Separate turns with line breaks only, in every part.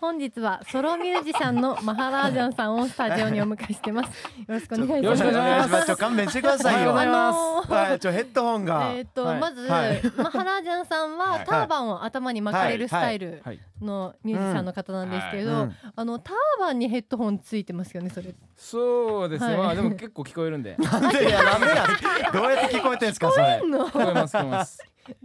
本日はソロミュージシャンのマハラージャンさんをスタジオにお迎えしてますよろしくお願いします
よろしくお願いします
ちょっと勘弁してくださいよ。
おはようございます
はい、ちょヘッドホンが。
えっと、
はい
まず、
はい
マハラージャンさん
は
はいターバンを頭に巻かれるスタイル
はい、
のミュージシャンの方なんですけど、
うん
あのターバンにヘッドホンついてますよねそれ
そうです
は
ね、
い
まあでも結構聞こえるん で聞
なんでやなんでなんどうやって聞こえてんですかそれ。
のど
こえます聞こえます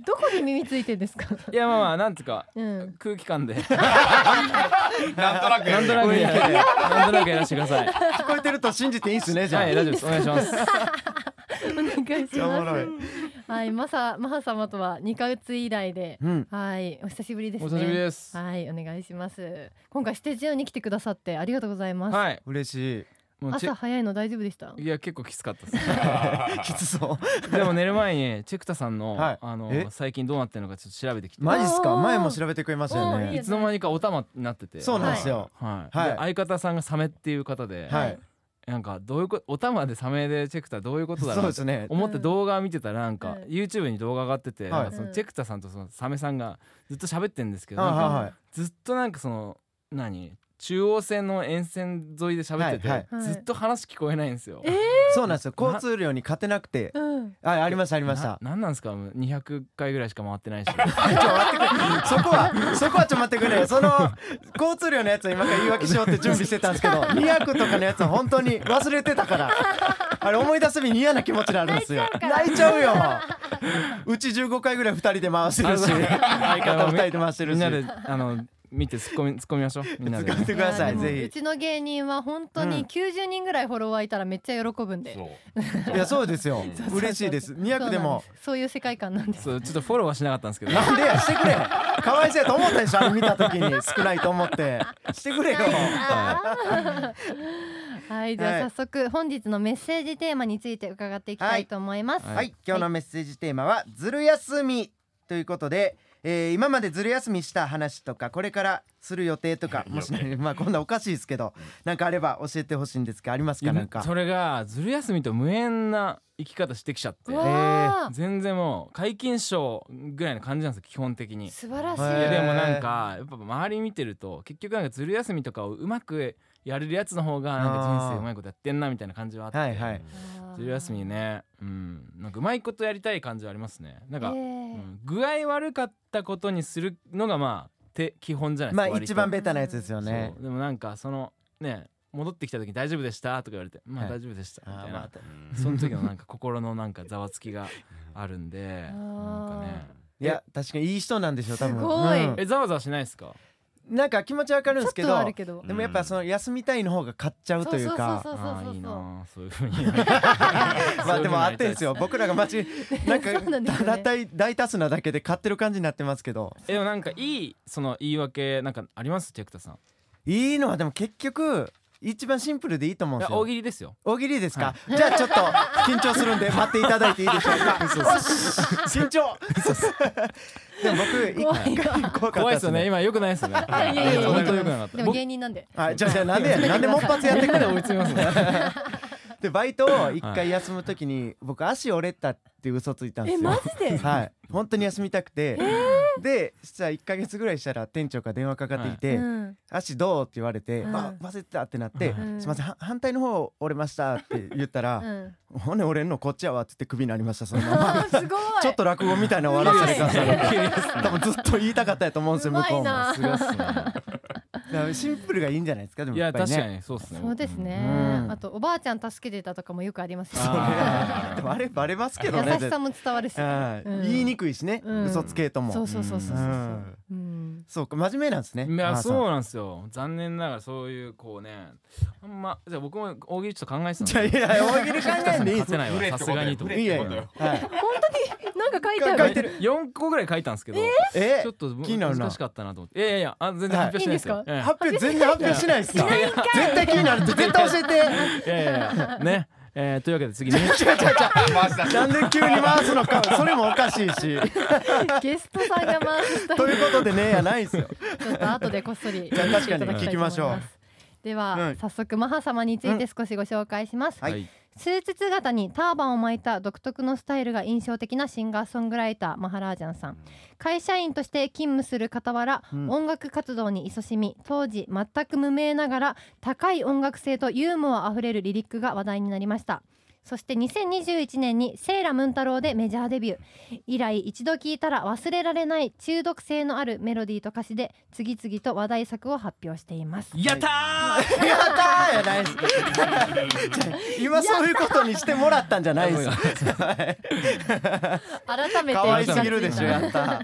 こに耳ついてんですか
いやまあまあなんつうか
うん
空 気感で
なんとなく
なんとなくやなんとなくやらせてください
聞こえてると信じていいんすねじゃあ。
はい大丈夫ですお願いします
お願いし
めっちゃおも
ま
ろい
すはいマサマハ様とは2ヶ月以来で、
うん
はいお久しぶりですね
お久しぶりです
はいお願いします今回ステージオに来てくださってありがとうございます、
はい
嬉しい。
もうチ
朝
ェ
早いの大丈夫でした
いや結構きつかったで
き
す
つそう。
でも寝る前にチェクタさんの、
はい
あ
え
の最近どうなってるのかちょっと調べてきて、
マジっす
あ
か。
ー
前も調べてくれましたよ
おーいいで
ね
す。
いつの間にかお玉になってて
そうなんですよ。
はい、
はい
で相方さんがサメっていう方で、
はい。
なんかどういうことお玉でサメでチェクタどういうことだ
そう
ろう
で
って
すね。
思って動画見てたらなんか、
うん
YouTube に動画上がってて、
い
なんかそ
うん
のチェクタさんとそのサメさんがずっと喋ってるんですけど、
あ
なんか
はいはい。
ずっとなんかその何中央線の沿線沿いで喋ってて、
はい
はい
ずっと話聞こえないんですよ。
え
そうなんですよ。交通量に勝てなくて。
うん
あありましたありました。
ななんなんですかもう200回ぐらいしか回っ てないし
そこはそこはちょっと待ってくれよその交通量のやつは今から言い訳しようって準備してたんですけど200と かのやつは本当に忘れてたからあれ思い出す日に嫌な気持ちになるんですよ泣いちゃうようち15回ぐらい2人で回してるし相方2人で回してる
み
し
んな
使
であの見て突っ込み突っ込みましょうみんなで、
ってくださ
や
い
でもう
ぜ
ちの芸人は本当
うん
に90人ぐらいフォロワーいたらめっちゃ喜ぶんで、
そう
ひいやそうですよ嬉しいです200でも
そうなんですそういう世界観なんです
そうちょっとフォローはしなかったんですけど
なんでやしてくれかわいそうやと思ったでしょあれ見た時に少ないと思ってしてくれよ
はいでは早速本日のメッセージテーマについて伺っていきたいと思います、
はい、今日のメッセージテーマは「ずる休み」ということで、えー今までずる休みした話とかこれからする予定とかもし、ね、まあこんなおかしいですけどなんかあれば教えてほしいんですけどありますかなんか
それがずる休みと無縁な生き方してきちゃって
うわー
全然もう皆勤賞ぐらいの感じなんですよ基本的に。
素晴らしい、
へー
でもなんかやっぱ周り見てると結局なんかずる休みとかをうまくやれるやつの方がなんか人生うまいことやってんなみたいな感じはあって、
はいはい
あー
ずる休みねうんなんかうまいことやりたい感じはありますねなんか、
え
う
ー
ん具合悪かったことにするのがまあて基本じゃないです
ま
か
あ
割と
一番ベタなやつですよね
そ。うでもなんかそのね戻ってきた時に大丈夫でしたとか言われてまあ
はい
大丈夫でしたみ
あー
たい
ま
な
あ
その時のなんか心のなんかざわつきがあるんで
あー
なんかね
いや確かにいい人なんでしょう多分
すごい
うん
えざわざわしないですか
なんか気持ちわかるんです
ち
け
ょっと
ど
はあるけど
でもやっぱその休みたいの方が勝っちゃうというか
そ
あ
うそうそうそう
あ
そう
ーいい
そう
なあそういう ふうに
まあでもあってんですよ僕らが間違えなんか
そうなんですよね
だ大大多数なだけで勝ってる感じになってますけど
えでもなんかいいその言い訳なんかありますテクタさん
いいのはでも結局一番シンプルでいいと思うん
い
で
や
すよ
大喜利
大喜利で
ですよ
すか、じゃあちょっと緊張するんで待っていただいていいでしょう かよし緊張でも僕一回怖かった
怖いですよね
ね
今良くないですよね
やいやいやいや
本当良くなかった
でも芸人なんで
あじゃあじゃあなんで やねんなんでもっぱつやってくる追い詰めますでバイトを一回休むときに僕足折れたって嘘ついたんですよ
ジで
はい本当に休みたくて、で実は1か月ぐらいしたら店長から電話かかってきて、
うん
足どうって言われて、
うん
あ忘れてたってなっ
う
て、
ん
すいませんは反対の方折れましたって言ったら、
うん
骨折れんのこっちやわって言ってクビになりましたそのまま
あーすごい
ちょっと落語みたいな終わらせてくださ
うまい
い多分ずっと言いたかったやと思うんですよ
う
向
ま
こ
いう
も
な
だ
さすがっすね
からシンプルがいいんじゃないですかでも
い
やっ
や
ぱり
確か
ね
にそうですね
そうですね、
うん
あとおばあちゃん助けてたとかもよくありますよ
あー
でもあれバレますけどね
優し
絶
さ
対
も伝わるし
はい
うん
言いにくいしね、
うん
嘘つけとも
そうそうそうそうそうう、
ん
うん、
そうか真面目なんですね
い
母
や
さん
そうなんですよ残念ながらそういうこうねあんまじゃあ僕も大喜利ちょっと考えてたん
いや
で
いや大喜利考えんでいいで
勝
すよ
てないわさすがにと
ブ
思
レ
っ
ー
て
い
キ
や
や
い
い
や、
や
はい、
なんか書いてあ
書
る
いてる
4個ぐらい書いたんですけど
え
ちょっと
気になるな
難しかったなと思っていやいやいやあ全然発表しないですよ
はいいいんですか
ええ
発表全然発表しないですよ絶対気になるって絶対教えて
いやいやいやねえーというわけ で次に
回した
なんで急に回すのかそれもおかしいし
ゲストさんが回すと
ということでねやないですよ
ちょっと後でこっそり
じゃあ確かに
聞いていただきたいと思います
聞きましょう
では、
うん
早速マハ様について少しご紹介します、
はい
はい
スーツ姿にターバンを巻いた独特のスタイルが印象的なシンガーソングライターマハラージャンさん会社員として勤務する傍ら、
うん
音楽活動に勤しみ当時全く無名ながら高い音楽性とユーモアあふれるリリックが話題になりましたそして2021年にセイラ・ムンタロウでメジャーデビュー以来一度聴いたら忘れられない中毒性のあるメロディーと歌詞で次々と話題作を発表しています
やったー
やったーやないです。今そういうことにしてもらったんじゃないです。
改めて
可愛すぎるでしょ、やった。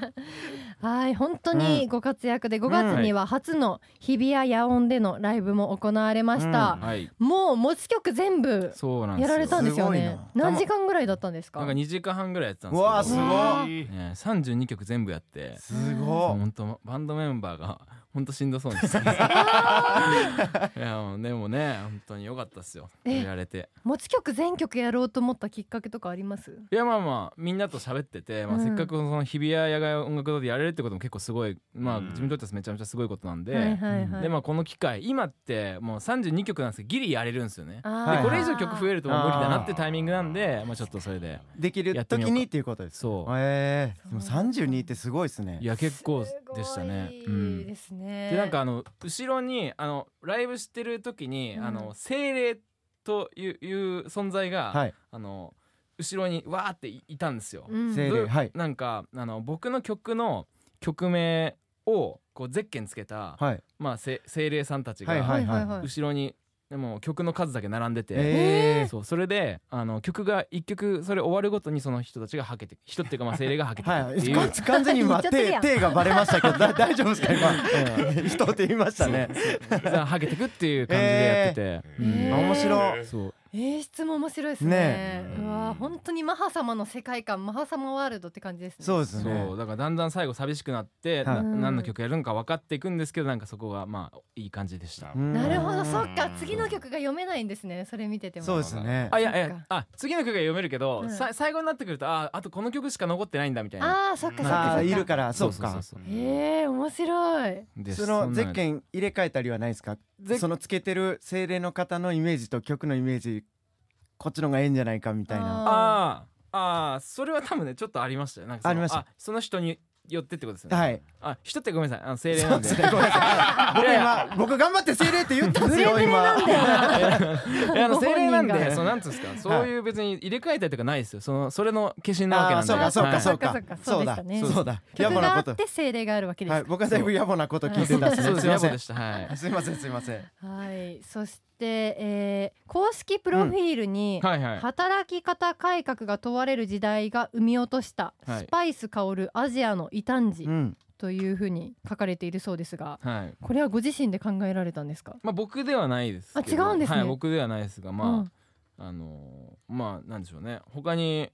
はい本当にご活躍で5月には初の日比谷野音でのライブも行われました、
はい
もう持ち曲全部
そうなんで
や
すよ
られたんですよね
すごいな
何時間ぐらいだったんですか
なんか2時間半ぐらいやってたん
うわー、
ですすけど
ごい。
ね32曲全部やって
すごい。
本当バンドメンバーが本当しんどそうに していやもうでもね本当に良かったっすよ
え
やれて
持ち曲全曲やろうと思ったきっかけとかあります
いやまあまあみんなと喋ってて、まあ、
うん
せっかくその日比谷野外音楽堂でやれるってことも結構すごい、まあ
うん
自分にとってはめちゃめちゃすごいことなんで、
はいはいはい
でまあこの機会今ってもう32曲なんですけどギリやれるんですよね
あ
ー
でこれ以上曲増えるともう無理だなって
あー
タイミングなんでまあちょっとそれで
できる時にっていうことです。
そう
ええ、でも三十二ってすごいですね
い。や結構でしたね
す
う
ごい
ん
ですね、
でなんかあの後ろにあのライブしてる時に、
うん
あの精霊といういう存在が、
はい。
あの後ろにわーっていいたんですよ。
うん
せ精い霊
どう
はい
なんかあの僕の曲の曲名をこうゼッケンつけた、
はい。
まあ、せ精霊さんたち
はいは
が
い
後ろにでも曲の数だけ並んでて。
え
そうそれであの曲が一曲それ終わるごとにその人たちがはけて人っていうかまあ精霊がは
え。
けてく
は
って
い。
いう、
こっち完全に今
言っちゃってる
手
やん
手がバレましたけ どだ大丈夫ですか今。人って言いましたね。
はけてくっていう感じでやってて、
え
うん
ー
面白い。
そう
えー、質問面白いですね
ね
うわー本当にマハ様の世界観マハ様ワールドって感じですね
そうですね。
そうだからだんだん最後寂しくなっ
は
て、
い
な
うん
何の曲やるのか分かっていくんですけどなんかそこがまあいい感じでした、
うん
なるほどそっか
うん
次の曲が読めないんですねそれ見てても
そうですね。
あいやい
そっか
やあ次の曲が読めるけど、
うん
さ最後になってくるとああとこの曲しか残ってないんだみたいな
あーそっかそっかそっ
あ
か
あいるからそう
そ
か
う。そう
えー、面白い
で
そのゼッ
ン
ケン入れ替えたりはないですか
ゼッ
そのつけてる精霊の方のイメージと曲のイメージこっちの方がええんじゃないかみたいな
あーあーそれは多分ねちょっとありましたよなんかその
ありました
その人によってってことですよね
はい
あ人ってごめんなさいあの精霊
そ
な
うんで
です
ねごめんなさい僕
いやい
今僕頑張って精霊って言ったんですよ今
いやあの
ご
精
本
霊
人が
なんでそうなんつうんですかそういう別に入れ替えたりとかないですよそのそれの化身なわけ
あ
な
あ
んで
そうかそう
は
か
い
そう
そ
か
っかそ
そう
っかそう
う
でし
だ
たね
そうだ野
曲
暮
が
な
あ
こ
っ
と
て精霊があるわけです、
は
はいい、
僕はだいぶ野暮なこと聞いてたんです
そう
ね
ですす
い
野
ま
暮
せん
でしたはい
すいませんすいません
そして、えー、公式プロフィールに、
はいはい
働き方改革が問われる時代が生み落とした
はい
スパイス香るアジアの異端児
うん
というふうに書かれているそうですが
はい
これはご自身で考えられたんですか
まあ僕ではないですけど
あ違うんですね
はい、僕ではないですがまあ、
うん
あのーまあなんでしょうね他に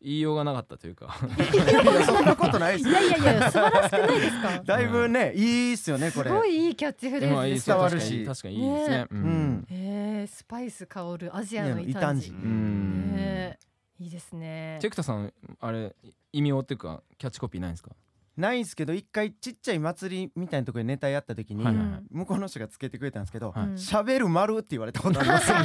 言いようがなかったというか
いやそんなことないです
いやいやいや素晴らしくないですか
だいぶ ねいいっすよねこ
す
れ
ごいいいキャッチフレー
まあ
ズ
い
で
いですすよ
伝わ
確
る
か
し
に確かにいいですね
ね
う
うんん
えー、スパイス香るアジアの
い
異
や異
端
端
児
児
うん
ねえいいですね
チェクタさんあれ異名っていうかキャッチコピーないんですか
ないんすけど一回ちっちゃい祭りみたいなところでネタやった時に
はいはい
はい
向こうの人がつけてくれたんですけど
はい
うん
喋る丸って言われたことあります。め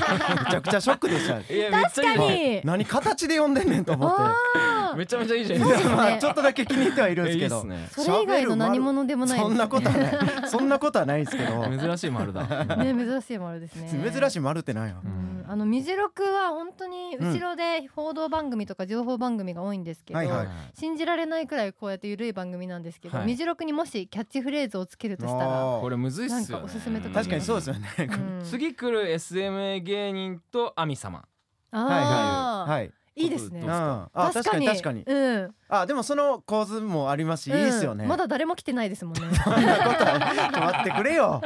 ちゃくちゃショックでした。
いや
確か
めっちゃいい
に
何形で呼んでんねんと思って。
あー
めちゃめちゃいいじゃな
そう
いで
ですす
か
ね
まあちょっとだけ気に入ってはいるんです
いい
け
っ
ど
す。ね
それ以外の何者でもないです
そんなことはない。そんなことはないですけど。
珍しい丸だ
ね珍しいものですね
珍しい丸ってなんや。
うんあのミジロクは本当に後ろで報道番組とか情報番組が多いんですけど、
はいはい
信じられないくらいこうやってゆるい番組なんですけど、
はい
ミジロクにもしキャッチフレーズをつけるとしたら、
あ
こ
ー
れむずいっす
なん
よ、ね、
かおすすめとか
確かにそうですよね。
うん
次来る SMA 芸人とアミ様
はい
あー、
はいはい。
い、いですね
ど
う
うんですか
あ確かに確かに。
うん
あでもその構図もありますしいいっすよね。
うんまだ誰も来てないですもんね
そんなこと は止まってくれよ。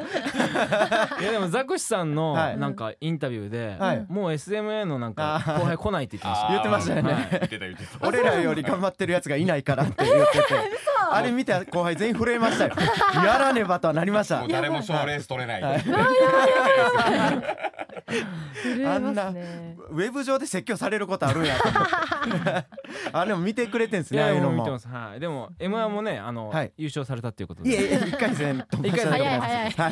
いやでもザコシさんの
はい
なんかインタビューで、
はい
もう SMA のなんか
あー
後輩来ないって言ってました
言ってましたよね
はい
言ってた言ってた
俺らより頑張ってるやつがいないからって言ってて。あれ見た後輩全員震えましたよ。やらねばとはなりました
もう。誰も賞レース取れない
震えます
あん
ね
ウェブ上で説教されることあるんやと思ってあでも見てくれてんす
い
ねああ
や
いう
も
の
う見てま
も
す。はい。でも M1 もねあの、
はい
優勝されたっていうこと
いや
で。
いや一回戦突破
一回
し
戦
たと思い
早い
ますはい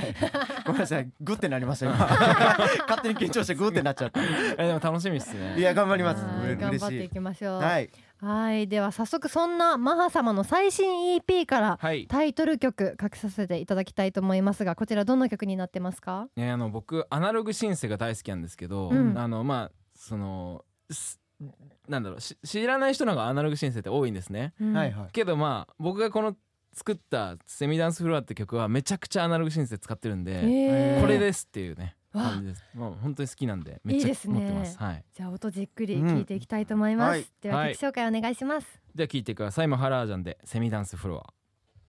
ごめんなさいグってなりました今勝手に緊張してグってなっちゃった
えでも楽しみですね
いや頑張ります
は
う
い
れ
頑張
嬉
っ
して
い
い
きましょうは
はいい
では早速そんなマハ様の最新 EP から
はい
タイトル曲書きさせていただきたいと思いますがこちらどんな曲になってますか
ねあの僕アナログシンセが大好きなんですけど、
うん
あのまあそのすなんだろうし知らない人の方がアナログシンセって多いんですね
はいはい
けどまあ僕がこの作った「セミダンスフロア」って曲はめちゃくちゃアナログシンセ使ってるんで、
えー
これですっていうね
わあ
感じですもう本当に好きなんでめっちゃ
いいですね
持ってますはい
じゃあ音じっくり聞いていきたいと思います、
うんはい
では
はい
曲紹介お願いします、
では聴いてくださいマハラージャンで「セミダンスフロア」